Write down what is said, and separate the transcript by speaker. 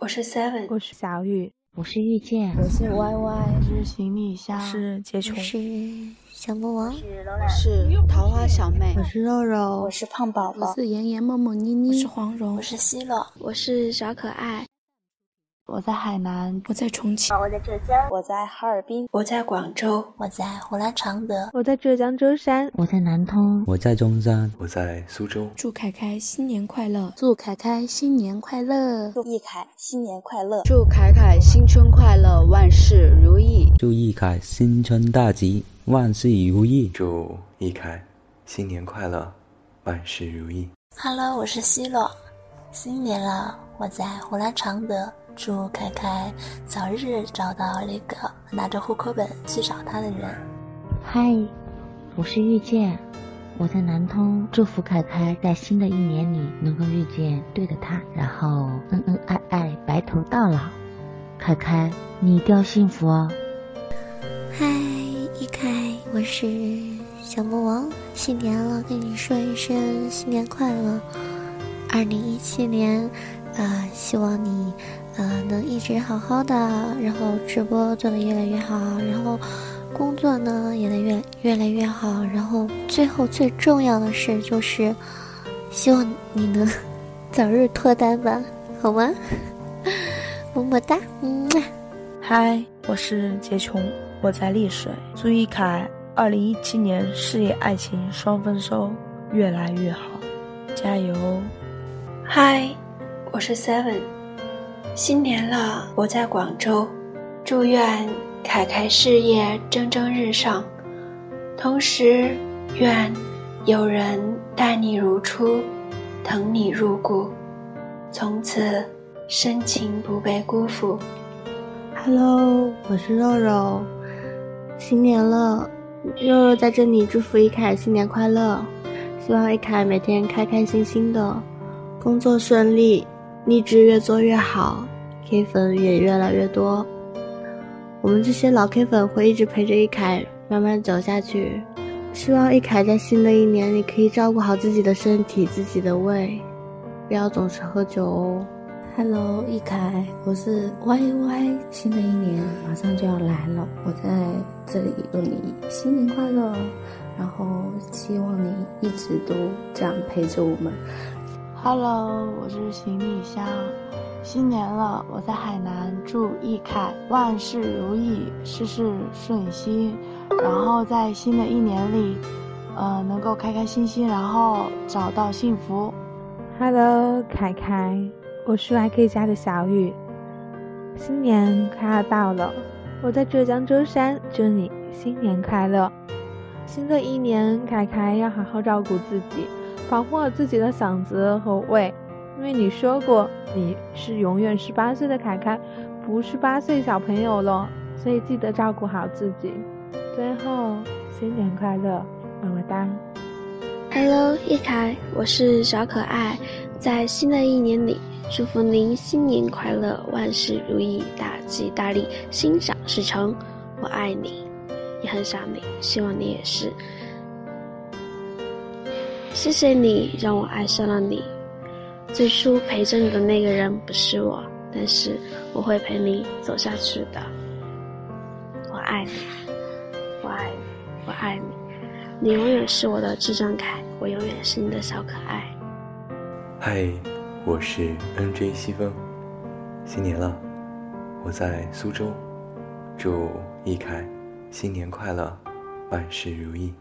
Speaker 1: 我是 Seven，
Speaker 2: 我是小雨，
Speaker 3: 我是遇见，
Speaker 4: 我是 YY，
Speaker 2: 我是行李箱，我
Speaker 5: 是杰
Speaker 6: 嗯
Speaker 5: 琼，
Speaker 7: 是小魔王，
Speaker 8: 我是桃花小妹，
Speaker 9: 我是肉
Speaker 7: 哦
Speaker 9: 肉，
Speaker 10: 我是胖宝宝，
Speaker 11: 我是妍妍、默默、妮妮，
Speaker 12: 我是黄
Speaker 7: 嗯
Speaker 12: 蓉，
Speaker 13: 我是希乐，
Speaker 6: 我是小可爱，
Speaker 2: 我在海南，
Speaker 14: 我在重庆，
Speaker 15: 我在浙江，
Speaker 16: 我在哈尔滨，
Speaker 17: 我在广州，
Speaker 18: 我在湖南常德，
Speaker 19: 我在浙江舟山，
Speaker 3: 我在南通，
Speaker 20: 我在中山，
Speaker 4: 我在苏州。
Speaker 14: 祝凯凯新年快乐！
Speaker 11: 祝凯凯新年快乐！
Speaker 16: 祝易凯新年快乐！
Speaker 8: 祝凯凯新春快乐，万事如意！
Speaker 20: 祝易凯新春大吉，万事如意！
Speaker 4: 祝易凯新年快乐，万事如意
Speaker 7: ！Hello，我是希洛，新年了，我在湖南常德。祝凯凯早日找到那个拿着户口本去找他的人。
Speaker 3: 嗨，我是遇见，我在南通，祝福凯凯在新的一年里能够遇见对的他，然后恩恩爱爱，白头到老。凯凯，你一定要幸福哦！
Speaker 7: 嗨，一凯，我是小魔王，新年了，跟你说一声新年快乐。二零一七年，呃，希望你。呃，能一直好好的，然后直播做得越来越好，然后工作呢也能越越来越好，然后最后最重要的是就是，希望你能 早日脱单吧，好吗？ 么么哒，嗯。
Speaker 5: 嗨，我是杰琼，我在丽水。祝一凯二零一七年事业爱情双丰收，越来越好，加油！
Speaker 1: 嗨，我是 Seven。新年了，我在广州，祝愿凯凯事业蒸蒸日上，同时愿有人待你如初，疼你入骨，从此深情不被辜负。
Speaker 9: Hello，我是肉肉，新年了，肉肉在这里祝福一凯新年快乐，希望一凯每天开开心心的，工作顺利。励志越做越好，K 粉也越来越多。我们这些老 K 粉会一直陪着一凯慢慢走下去。希望一凯在新的一年里可以照顾好自己的身体、自己的胃，不要总是喝酒哦。
Speaker 11: Hello，一凯，我是 YY。新的一年马上就要来了，我在这里祝你新年快乐，然后希望你一直都这样陪着我们。
Speaker 2: Hello，我是行李箱。新年了，我在海南，祝易凯万事如意，事事顺心。然后在新的一年里，呃，能够开开心心，然后找到幸福。 Hello，凯凯，我是 YK 家的小雨。新年快要到了，我在浙江舟山，祝你新年快乐。新的一年，凯凯要好好照顾自己。保护好自己的嗓子和胃，因为你说过你是永远十八岁的凯凯，不是八岁小朋友了，所以记得照顾好自己。最后，新年快乐，么么哒
Speaker 6: ！Hello，叶凯，我是小可爱，在新的一年里，祝福您新年快乐，万事如意，大吉大利，心想事成。我爱你，也很想你，希望你也是。谢谢你让我爱上了你。最初陪着你的那个人不是我，但是我会陪你走下去的。我爱你，我爱你，我爱你。你永远是我的智障凯，我永远是你的小可爱。
Speaker 4: 嗨，我是 NJ 西风，新年了，我在苏州，祝一凯新年快乐，万事如意。